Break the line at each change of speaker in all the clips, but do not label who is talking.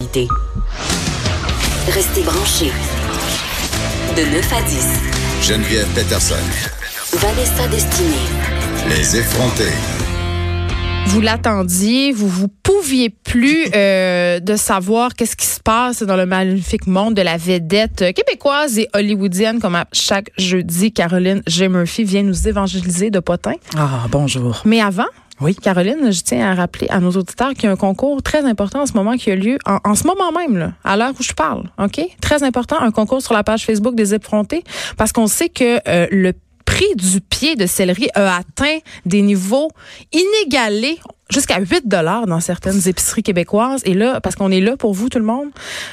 l'actualité. Restez branchés. De 9 à 10.
Geneviève Peterson.
Vanessa Destinée.
Les effrontés.
Vous l'attendiez, vous vous pouviez plus euh, de savoir qu'est-ce qui se passe dans le magnifique monde de la vedette québécoise et hollywoodienne comme à chaque jeudi Caroline G. Murphy vient nous évangéliser de potin.
Ah bonjour.
Mais avant,
oui.
Caroline, je tiens à rappeler à nos auditeurs qu'il y a un concours très important en ce moment qui a lieu, en, en ce moment même, là, à l'heure où je parle, OK? Très important, un concours sur la page Facebook des effrontés, parce qu'on sait que euh, le prix du pied de céleri a atteint des niveaux inégalés jusqu'à 8 dollars dans certaines épiceries québécoises. Et là, parce qu'on est là pour vous, tout le monde,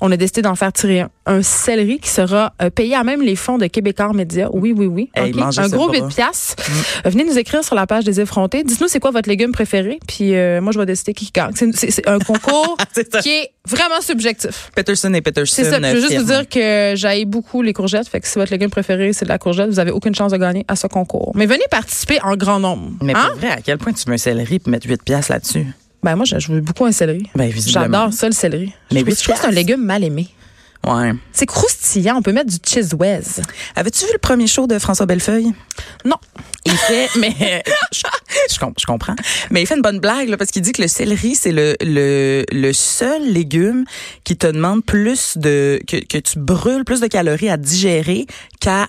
on a décidé d'en faire tirer un, un céleri qui sera euh, payé à même les fonds de Québécois Média. Oui, oui, oui.
Hey,
okay. Un gros 8 piastres.
Mm.
Mmh. Venez nous écrire sur la page des effrontés. Dites-nous c'est quoi votre légume préféré, puis euh, moi, je vais décider qui gagne. C'est un concours est qui est vraiment subjectif.
Peterson et Peterson.
C'est ça. Je veux juste vous dire que j'aille beaucoup les courgettes. Fait que si votre légume préféré, c'est de la courgette, vous avez aucune chance de gagner à ce concours. Mais venez participer en grand nombre.
Mais hein? pour vrai, à quel point tu mets un céleri et mettre 8 là-dessus?
Ben moi, je, je veux beaucoup un céleri.
Ben,
J'adore ça, le céleri. Mais je, trouve, je trouve que c'est un légume mal aimé.
Ouais.
C'est croustillant, on peut mettre du cheese whiz.
Avais-tu vu le premier show de François Bellefeuille?
Non.
Il fait, mais je, je, je, comprends. Mais il fait une bonne blague là, parce qu'il dit que le céleri, c'est le, le, le, seul légume qui te demande plus de. que, que tu brûles plus de calories à digérer qu'à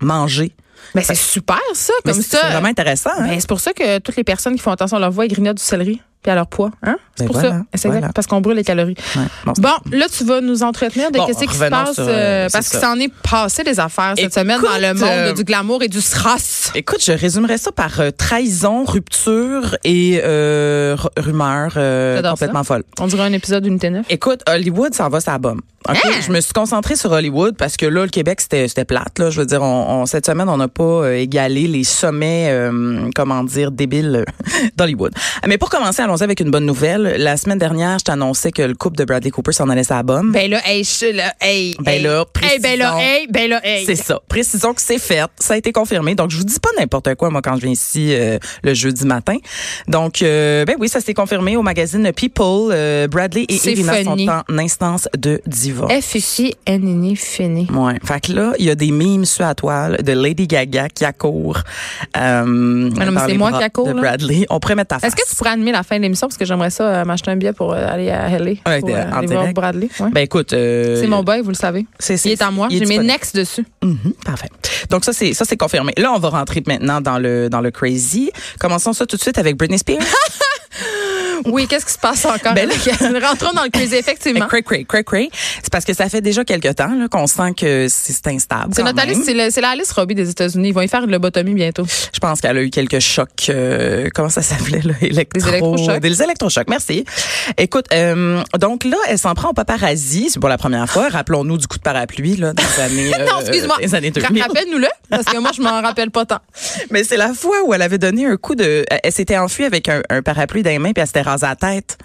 manger.
Mais c'est super ça, comme
ça. C'est vraiment intéressant. Hein?
Ben, c'est pour ça que toutes les personnes qui font attention à leur voix, ils grignotent du céleri puis à leur poids, hein? C'est pour
voilà,
ça. C'est
voilà.
parce qu'on brûle les calories.
Ouais, bon,
bon, là tu vas nous entretenir de bon, qu'est-ce qui se passe sur, euh, parce que ça en est passé des affaires Écoute, cette semaine dans le monde euh, du glamour et du sras.
Écoute, je résumerais ça par euh, trahison, rupture et euh, rumeur euh, complètement
ça.
folle.
On dirait un épisode d'unité 9.
Écoute, Hollywood, ça va ça bombe. Okay? Hein? Je me suis concentrée sur Hollywood parce que là, le Québec, c'était plate. Là. Je veux dire, on, on cette semaine, on n'a pas euh, égalé les sommets, euh, comment dire, débiles euh, d'Hollywood. Ah, Mais pour commencer, allons avec une bonne nouvelle. La semaine dernière, je t'annonçais que le couple de Bradley Cooper s'en allait sa bombe.
Ben là, hey, je, là, hey,
ben,
hey,
là précisons,
hey, ben là, hey, ben là, hey.
C'est ça. Précisons que c'est fait. Ça a été confirmé. Donc, je vous dis pas n'importe quoi, moi, quand je viens ici euh, le jeudi matin. Donc, euh, ben oui, ça s'est confirmé au magazine People. Euh, Bradley et Irina
funny.
sont en instance de divorce.
FFI, Nini, fini.
Ouais. Fait que là, il y a des mimes sur la toile de Lady Gaga qui accourt.
Euh, mais non, mais c'est moi qui accourt.
De Bradley. Là. On pourrait mettre ta face.
Est-ce que tu pourrais animer la fin de l'émission parce que j'aimerais ça euh, m'acheter un billet pour euh, aller à LA
ouais,
pour,
euh, en
aller voir Bradley. Ouais.
Ben écoute,
c'est mon boy, vous le savez.
C'est,
il est à moi. J'ai mes next dessus.
Mm -hmm, parfait. Donc ça c'est ça c'est confirmé. Là on va rentrer maintenant dans le dans le crazy. Commençons ça tout de suite avec Britney Spears.
Oui, qu'est-ce qui se passe encore? Ben, là, rentrons dans le crazy, effectivement.
Cray, cray, cray, cray. C'est parce que ça fait déjà quelques temps qu'on sent que c'est instable.
C'est notre Alice, c'est la Alice Robbie des États-Unis. Ils vont y faire une lobotomie bientôt.
Je pense qu'elle a eu quelques chocs. Euh, comment ça s'appelait, là?
Électro... Des électrochocs.
Des électrochocs, merci. Écoute, euh, donc là, elle s'en prend au paparazzi. C'est pour la première fois. Rappelons-nous du coup de parapluis, là, dans les années,
non, excuse-moi.
Euh, années 2000.
Rappelle-nous-le, parce que moi, je m'en rappelle pas tant.
Mais c'est la fois où elle avait donné un coup de. Elle s'était enfuie avec un, un parapluie dans les mains, puis elle s'était à la tête.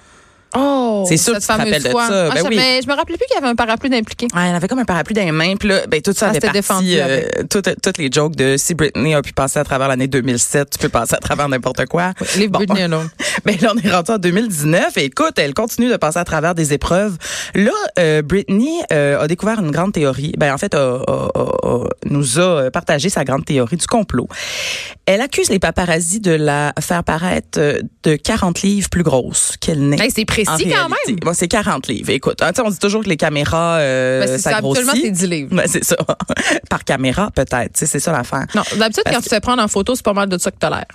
Oh,
c'est sûr que tu te rappelles de
fois.
ça.
Ah,
ben
je,
oui.
Mais je me rappelais plus qu'il y avait un parapluie d'impliqué.
Ouais, elle avait comme un parapluie dans les mains. Puis là, ben, tout ça,
Ça,
avait
Ah, c'était
parti,
défendu,
euh, toutes, toutes les jokes de si Britney a pu passer à travers l'année 2007, tu peux passer à travers n'importe quoi.
Les Britney alone.
Mais là, on est rendu en 2019 et écoute, elle continue de passer à travers des épreuves. Là, euh, Britney euh, a découvert une grande théorie. Ben, en fait, a, a, a, nous a euh, partagé sa grande théorie du complot. Elle accuse les paparazzis de la faire paraître euh, de 40 livres plus grosse qu'elle n'est.
Hey, c'est précis
en
quand
réalité. euh,
même.
Bon, c'est 40 livres. Écoute, hein, tu sais, on dit toujours que les caméras, euh,
Ben, c'est
ça
ça,
grossit.
habituellement, c'est 10 livres.
Ben, c'est ça. Par caméra, peut-être. Tu sais, C'est ça l'affaire.
Non, d'habitude,
Parce
quand tu te fais prendre en photo, c'est pas mal de ça que t'as l'air.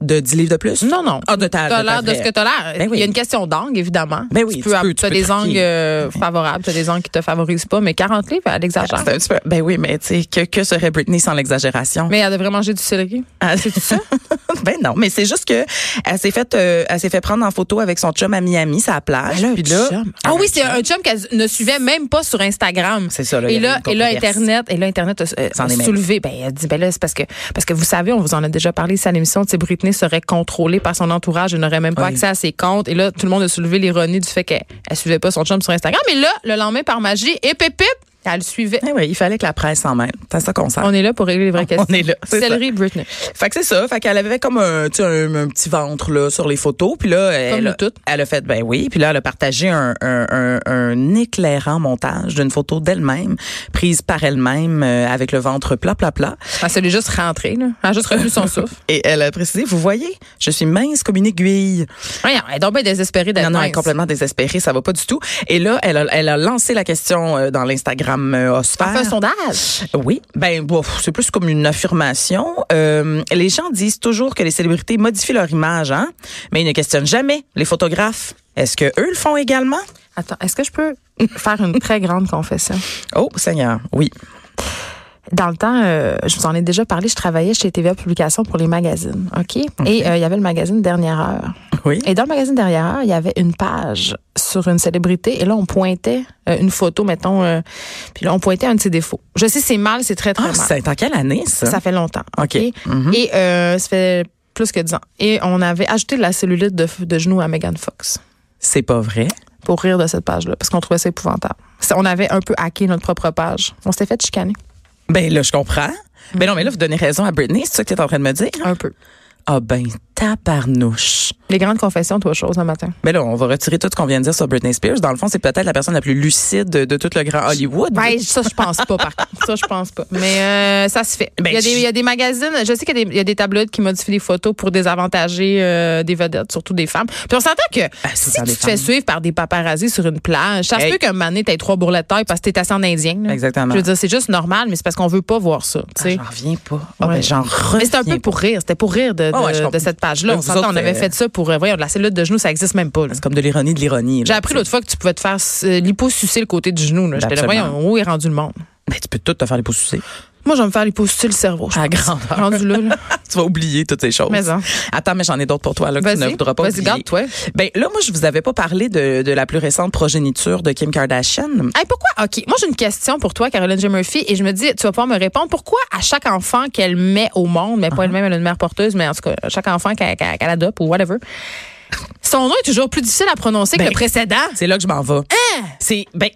De 10 livres de plus?
Non, non.
Ah, de
T'as
ta, de ta
l'air de ce
vraie.
que t'as l'air.
Ben oui.
Il y a une question d'angle, évidemment.
Ben oui, tu peux- tu
t'as
peux
des
truquer.
angles euh, favorables, t'as des angles qui te favorisent pas, mais 40 livres, elle exagère.
C'est un petit peu- ben oui, mais tu sais, que, que serait Britney sans l'exagération?
Mais elle devrait manger du céleri.
C'est ça? ben non, mais c'est juste que elle s'est fait, euh, elle s'est fait prendre en photo avec son chum à Miami, sa plage.
Elle a un
puis là,
chum. Ah oui, c'est un chum qu'elle ne suivait même pas sur Instagram.
C'est ça, là, il y
et
avait
là,
une
et là,
controverse.
Internet, et là, Internet a, a-
S'en
a
est mêlé.
soulevé. Ben, elle dit, ben là, c'est parce que, parce que vous savez, on vous en a déjà parlé ici à l'émission, tu sais, Britney serait contrôlée par son entourage, elle n'aurait même pas
Oui.
accès à ses comptes. Et là, tout le monde a soulevé l'ironie du fait qu'elle elle suivait pas son chum sur Instagram. Et là, le lendemain, par magie, et pépip, Elle suivait.
Eh oui, il fallait que la presse s'en mêle. C'est à ça qu'on sert.
On est là pour régler les vraies
On
questions.
est là, c'est
Céleri Britney.
Fait que c'est ça. Fait qu'elle avait comme un, tu sais, un, un petit ventre là, sur les photos. Puis là, elle,
nous
a-
toutes.
elle a fait, ben oui. Puis là, elle a partagé un, un, un- un éclairant montage d'une photo d'elle-même, prise par elle-même euh, avec le ventre plat, plat, plat.
Elle s'est juste rentrée, là. Elle a juste retenu son souffle.
Et elle a précisé, vous voyez, je suis mince comme une aiguille.
Ouais, elle est donc bien désespérée d'être
Non, non, elle est
mince.
complètement désespérée, ça va pas du tout. Et là, elle a, elle a lancé la question euh, dans l'Instagram euh,
Elle
Osphère.
fait un sondage.
Oui, ben bof, c'est plus comme une affirmation. Euh, les gens disent toujours que les célébrités modifient leur image, hein, mais ils ne questionnent jamais les photographes. Est-ce que eux le font également
Attends, est-ce que je peux faire une très grande confession?
Oh Seigneur, oui.
dans le temps, euh, je vous en ai déjà parlé, je travaillais chez TVA Publications pour les magazines, OK? Et euh, il y avait le magazine Dernière Heure.
Oui.
Et dans le magazine Dernière Heure, il y avait une page sur une célébrité et là, on pointait euh, une photo, mettons, euh, puis là, on pointait un de ses défauts. Je sais, c'est mal, c'est très, très
Ah,
mal.
c'est en quelle année ça,
Ça fait longtemps. OK.
OK. Mhm.
Et euh, ça fait plus que 10 ans. Et on avait ajouté de la cellulite de, de genoux à Megan Fox
C'est pas vrai.
pour rire de cette page-là, parce qu'on trouvait ça épouvantable. Ça, On avait un peu hacké notre propre page. On s'était fait chicaner,
Ben là, je comprends. Ben non, mais là, vous donnez raison à Britney, c'est ça que tu es en train de me dire?
un peu.
Ah ben, tabarnouche.
Les grandes confessions, toi, chose, le matin.
Ben là, on va retirer tout ce qu'on vient de dire sur Britney Spears. Dans le fond, c'est peut-être la personne la plus lucide de, de tout le grand Hollywood.
Ben, ça, je pense pas, par contre. Ça, je pense pas. Mais euh, ça se fait.
Ben,
il, y a des,
je-
il y a des magazines, je sais qu'il y a des- il y, a des tablettes qui modifient les photos pour désavantager euh, des vedettes, surtout des femmes. Puis on s'entend que
c'est
si tu
dans
te
les
fais
femmes.
suivre par des paparazzis sur une plage, ça se
Hey.
peut qu'un moment donné, t'aies trois bourrelets de taille parce que t'es assez en indien. là.
Exactement.
Je veux dire, c'est juste normal, mais c'est parce qu'on veut pas voir ça, tu
Ah,
sais.
j'en reviens pas. Ah
Ouais.
ben, j'en reviens
mais c'était un peu pour rire, c'était pour rire de, de,
Ah ouais, je
de
comprends.
cette page-là.
Mais
On
vous
s'entend,
autres,
on avait
euh,
fait ça pour, euh, voyons, de la cellule de genou, ça existe même pas. là.
C'est comme de l'ironie de l'ironie. là.
J'ai appris l'autre fois que tu pouvais te faire euh, liposucer le côté du genou. là. J'étais là,
Absolument.
voyons, où est rendu le monde?
Ben, tu peux tout te faire les pouces sucés.
Moi, je vais me faire liposucer le cerveau. je
À
pense.
grandeur.
Rendu là, là.
Tu vas oublier toutes ces choses.
Mais en.
Attends, mais j'en ai d'autres pour toi là, que tu ne
Vas-y,
voudras pas
vas-y,
oublier.
garde-toi.
Ben là, moi, je vous avais pas parlé de, de la plus récente progéniture de Kim Kardashian.
Hey, pourquoi? OK. Moi, j'ai une question pour toi, Caroline J. Murphy, et je me dis, tu vas pouvoir me répondre. Pourquoi à chaque enfant qu'elle met au monde, mais
Uh-huh.
pas elle-même, elle a une mère porteuse, mais en tout cas, à chaque enfant qu'elle qu'elle- qu'elle adopte ou whatever, son nom est toujours plus difficile à prononcer que
Ben,
le précédent?
C'est là que je m'en vais.
Hein?
C'est ben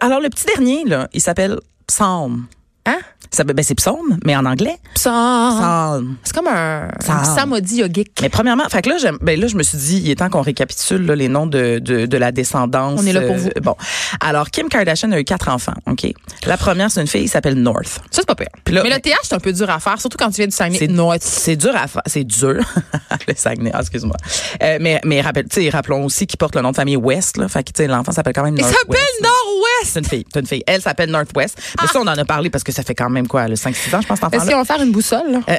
alors le petit dernier là, il s'appelle Psalm.
Hein?
Ça, ben c'est Psalm, mais en anglais.
Psalm.
Psalm.
C'est comme un,
Psalm.
un samedi yogique.
Mais premièrement, fait que là, j'aime- ben là, je me suis dit, il est temps qu'on récapitule là, les noms de, de, de la descendance. euh,
On est là pour vous.
Bon, alors Kim Kardashian a eu quatre enfants, ok. La première, c'est une fille, qui s'appelle North.
Ça, c'est pas pire.
Puis là-
mais le TH, c'est un peu dur à faire, surtout quand tu viens du Saguenay.
C'est-
Non, tu-
C'est dur à faire. C'est dur. le Saguenay, ah, excuse-moi. Euh, mais mais rappel, tu sais, rappelons aussi qu'il porte le nom de famille West. Là, fait que tu sais, l'enfant s'appelle quand même
Il
Northwest.
s'appelle Nord-Ouest.
C'est une fille. C'est une fille. Elle s'appelle Northwest. Mais ça, on en a parlé parce que ça fait quand même quoi, le 5-6 ans, je pense, cet
Est-ce
enfant-là.
qu'ils vont faire une boussole, là?
Euh,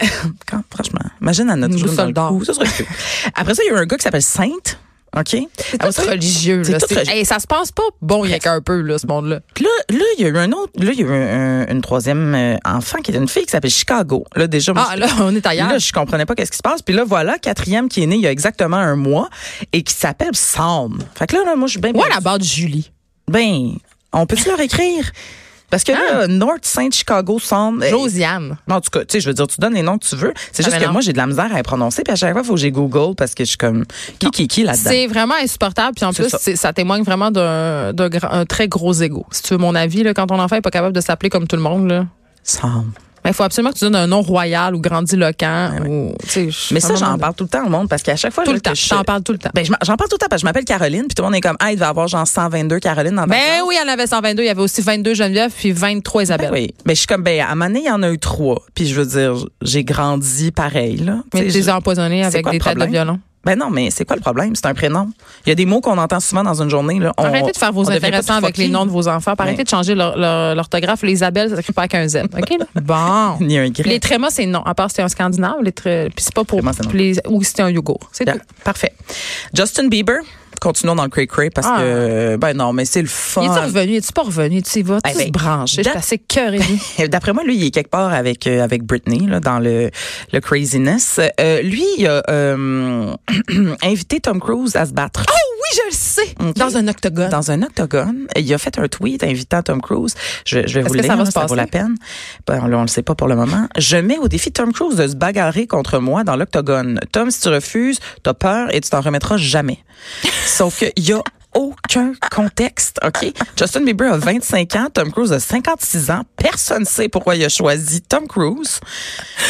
quand, franchement, imagine à notre
Nous,
jeune dans le
soldats.
cou, ça serait cool. Après ça, il y a eu un gars qui s'appelle Sainte. OK?
Euh, C'est
Après
tout
ça,
religieux.
c'est
Là.
tout
C'est-
religieux.
Hey, ça se passe pas bon, il y a qu'un peu, là, ce monde-là.
Puis Là, là, il y a eu un autre, là, il y a eu un- un- une troisième euh, enfant qui est une fille qui s'appelle Chicago. Là, déjà, moi,
Ah,
je-
là, on est ailleurs.
Là, je comprenais pas qu'est-ce qui se passe. Puis là, voilà, quatrième qui est née il y a exactement un mois et qui s'appelle Sam. Fait que là, là, moi, je suis bien.
What
perdue.
about Julie?
Ben, on peut se leur écrire? Parce que
Ah.
là, North Saint Chicago Sam. euh,
Josiane.
en tout cas, tu sais, je veux dire, tu donnes les noms que tu veux. C'est
Ah,
juste
mais
que
non.
moi, j'ai de la misère à les prononcer. Puis à chaque fois, il faut que j'ai Google parce que je suis comme qui, qui, qui là-dedans.
C'est vraiment insupportable. Puis en
Ben. C'est
plus,
ça.
c'est- ça témoigne vraiment d'un d'un gra- un très gros ego. Si tu veux mon avis, là, quand ton enfant est pas capable de s'appeler comme tout le monde, là,
Sam.
il faut absolument que tu donnes un nom royal ou grandiloquent. ou, tu sais, je-
Mais ça,
à un moment
j'en
donné-
parle tout le temps au monde parce qu'à chaque fois,
Tout
là,
le
que
temps.
je-
J'en parle tout le temps.
Ben, je m'en- j'en parle tout le temps parce que je m'appelle Caroline, puis tout le monde est comme, ah, il devait avoir genre 122 Caroline dans ta classe.
Ben oui, il y en avait 122. Il y avait aussi 22 Geneviève puis 23 Isabelle.
Ben oui. Mais je suis comme, ben, à un moment donné, il y en a eu trois. Puis je veux dire, j'ai grandi pareil, là.
Mais
Tu
tu
sais,
les
je-
as empoisonnés
C'est
avec
quoi le
des têtes de
problème?
violon.
Ben non, mais c'est quoi le problème? C'est un prénom. Il y a des mots qu'on entend souvent dans une journée, là. On-
Arrêtez de faire
on
vos
devrait pas
intéressants
tout
avec les
fucker.
noms de vos enfants. Puis Arrêtez
Ouais.
de changer leur- leur- l'orthographe. Les Isabelle, ça s'écrit pas avec un Z. OK? là? Bon.
Ni un grec.
Les trémas, c'est non. À part si c'est un Scandinave, les tré- puis c'est pas pour.
Trémas, c'est non.
puis les- Ou si c'est un yogourt. C'est
Bien,
tout.
Parfait. Justin Bieber, continuons dans le cray-cray parce
Ah.
que, ben non, mais c'est le
Il est
fun.
revenu, il est pas revenu, tu y vas, tu
Eh ben,
se branches. Je suis
date-
assez cœur
D'après moi, lui, il est quelque part avec euh, avec Britney là, dans le le craziness. Euh, lui, il a euh, invité Tom Cruise à se battre.
Ah Oui, je le sais.
Ok.
Dans un octogone.
Dans un octogone, il a fait un tweet invitant Tom Cruise. Je, je vais vous
que
le
ça
lire,
va
là,
se
ça vaut
passer?
la peine. Ben, là, on le sait pas pour le moment. Je mets au défi Tom Cruise de se bagarrer contre moi dans l'octogone. Tom, si tu refuses, t'as peur et tu t'en remettras jamais. Sauf qu'il y a aucun contexte, OK? Justin Bieber a 25 ans, Tom Cruise a 56 ans. Personne ne sait pourquoi il a choisi Tom Cruise.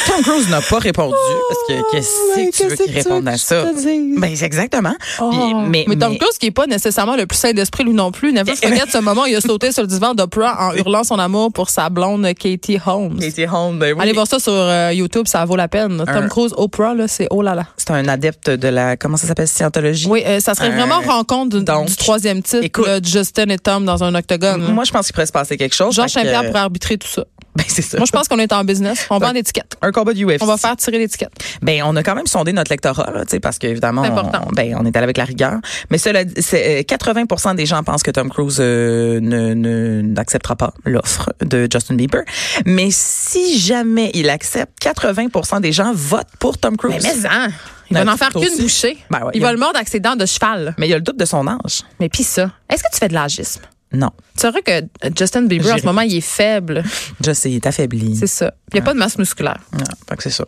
Tom Cruise n'a pas répondu parce que qu'est-ce
ben,
que tu veux
qu'est-ce
qu'il
que tu
réponde
veux
à
que je
ça?
te dise? Oh,
Ben, c'est exactement. Puis,
mais, Tom Cruise, qui n'est pas nécessairement le plus sain d'esprit, lui non plus, never forget ce moment où il a sauté sur le divan d'Oprah en hurlant son amour pour sa blonde Katie Holmes.
Katie Holmes, ben oui.
Allez voir ça sur euh, YouTube, ça vaut la peine. Tom Cruise, Oprah, là, c'est oh là là.
C'est un adepte de la, comment ça s'appelle, scientologie?
Oui, euh, ça serait
Euh,
vraiment rencontre du,
donc,
du troisième titre
écoute.
là, de Justin et Tom dans un octogone. là.
Moi, je pense qu'il pourrait se passer quelque chose.
Georges
Fait que-
Saint-Pierre pourrait arbitrer tout ça.
Ben, c'est ça.
Moi, je pense qu'on est en business. On vend l'étiquette.
un combat du UFC.
On va faire tirer l'étiquette.
Ben, on a quand même sondé notre lectorat, là, tu sais, parce qu'évidemment,
C'est important.
on, ben, on est allé avec la rigueur. Mais cela, dit, c'est, euh, 80 des gens pensent que Tom Cruise euh, ne, ne- n'acceptera pas l'offre de Justin Bieber. Mais si jamais il accepte, 80 des gens votent pour Tom Cruise.
hein, il
Dans
va
le
n'en faire
titre
qu'une
aussi.
bouchée.
Ben ouais,
il
y a-
va le mordre avec ses dents de cheval.
Mais il y a le doute de son âge.
Mais puis ça, est-ce que tu fais de l'agisme?
Non.
C'est vrai que euh, Justin Bieber, en
J'ai-
ce moment, il est faible.
Je sais, il est affaibli.
C'est ça. Il n'y a pas de masse musculaire.
Ah, fait que c'est ça.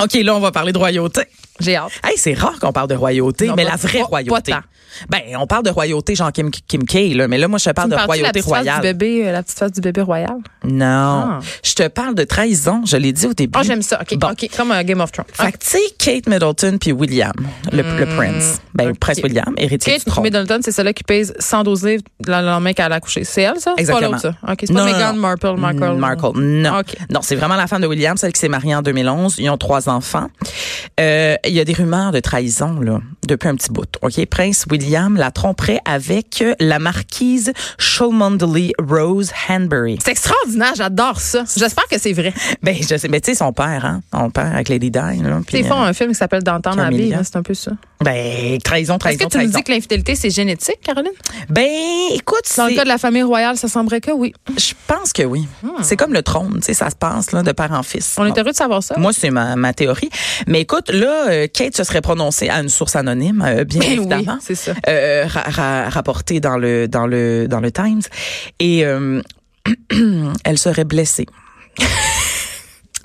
OK, là, on va parler de royauté.
J'ai hâte.
Hey, c'est rare qu'on parle de royauté,
Non,
mais
pas-
la vraie
pas-
royauté.
pas tant.
ben, on parle de royauté, genre Kim, Kim K, là, mais là, moi, je te
Tu
parle
me
de
parles-tu de la
royauté
petite face
royale.
du bébé, euh, la petite face du bébé royal?
Non.
Ah.
Je te parle de trahison, je l'ai dit au début.
Ah, j'aime ça. OK.
Bon.
OK. Comme un Game of Thrones.
Fait que, tu sais, Kate Middleton puis William, le, le prince. Ben, le
Hmm. ok.
prince William, héritier
Kate
du trône.
Middleton, c'est celle-là qui pèse 112 livres le lendemain qu'elle a accouché. C'est elle, ça? C'est pas
Exactement.
l'autre, ça? OK. C'est pas
Non, non,
Meghan
non.
Markle, Markle.
Markle, non.
OK.
Non, c'est vraiment la femme de William, celle qui s'est mariée en 2011. Ils ont trois enfants. Euh, Il y a des rumeurs de trahison, là, depuis un petit bout. OK, Prince William la tromperait avec euh, la marquise Cholmondeley Rose Hanbury.
C'est extraordinaire. J'adore ça. J'espère que c'est vrai.
Ben, je sais, mais tu sais, son père, hein, son père avec Lady Di, là. puis,
Ils font
euh,
un film qui s'appelle D'entendre
Camilla.
Abbé. là, C'est un peu ça.
ben, trahison,
Est-ce
trahison,
que tu nous
trahison.
dis que l'infidélité, c'est génétique, Caroline?
Ben, écoute,
Dans le
c'est-
cas de la famille royale, ça semblerait que oui.
Je pense que oui. C'est comme le trône, tu sais, ça se passe là, de père en fils.
On est heureux de savoir ça.
Moi, c'est ma, ma théorie. Mais écoute, là, euh, Kate se serait prononcée à une source anonyme, euh, bien
Ben oui,
évidemment.
c'est ça.
Euh, ra- ra- rapportée dans le, dans, le, dans le Times. Et euh, elle serait blessée.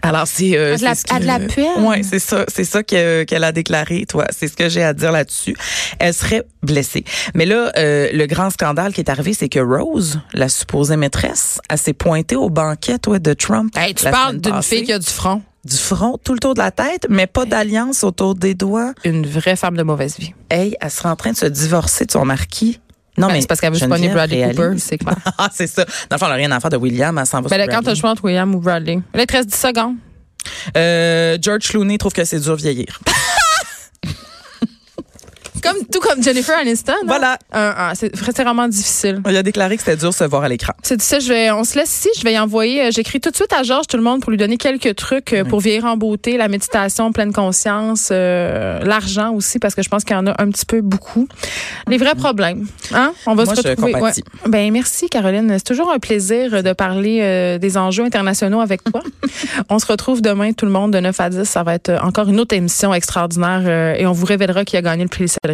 Alors, c'est... euh,
À de la-
c'est ce que-
à de la puelle.
Ouais, c'est ça, c'est ça que- qu'elle a déclaré, toi. C'est ce que j'ai à dire là-dessus. Elle serait blessée. Mais là, euh, le grand scandale qui est arrivé, c'est que Rose, la supposée maîtresse, elle s'est pointée au banquet, toi, de Trump.
Hey, tu
la
parles
semaine
d'une
passée
fille qui a du front.
du front tout le tour de la tête, mais pas d'alliance autour des doigts.
Une vraie femme de mauvaise vie.
Hey, elle serait en train de se divorcer de son marquis. Non,
Ben, c'est parce qu'elle veut se
Geneviève
pogner Bradley
réalise.
Cooper, c'est clair.
Ah, c'est ça. Dans le fond, elle n'a rien à faire de William, elle s'en va
Mais
sur
là, quand t'as
Bradley.
le choix entre William ou Bradley. Là, il te reste 10 secondes.
Euh, George Clooney trouve que c'est dur vieillir.
Comme, tout comme Jennifer Aniston. hein?
Voilà.
Un- un- c'est c'est vraiment difficile.
Il a déclaré que c'était dur de se voir à l'écran.
C'est ça, je vais, on se laisse ici. Je vais y envoyer. euh, J'écris tout de suite à Georges tout le monde pour lui donner quelques trucs euh, pour vieillir en beauté, la méditation, pleine conscience, euh, l'argent aussi, parce que je pense qu'il y en a un petit peu beaucoup. Les vrais problèmes. Hein? On va
Mhm. Moi,
se
je
retrouver.
compatis.
Ben, merci, Caroline. C'est toujours un plaisir euh, de parler euh, des enjeux internationaux avec toi. on se retrouve demain, tout le monde, de 9 à 10. Ça va être euh, encore une autre émission extraordinaire euh, et on vous révélera qui a gagné le prix des céleri.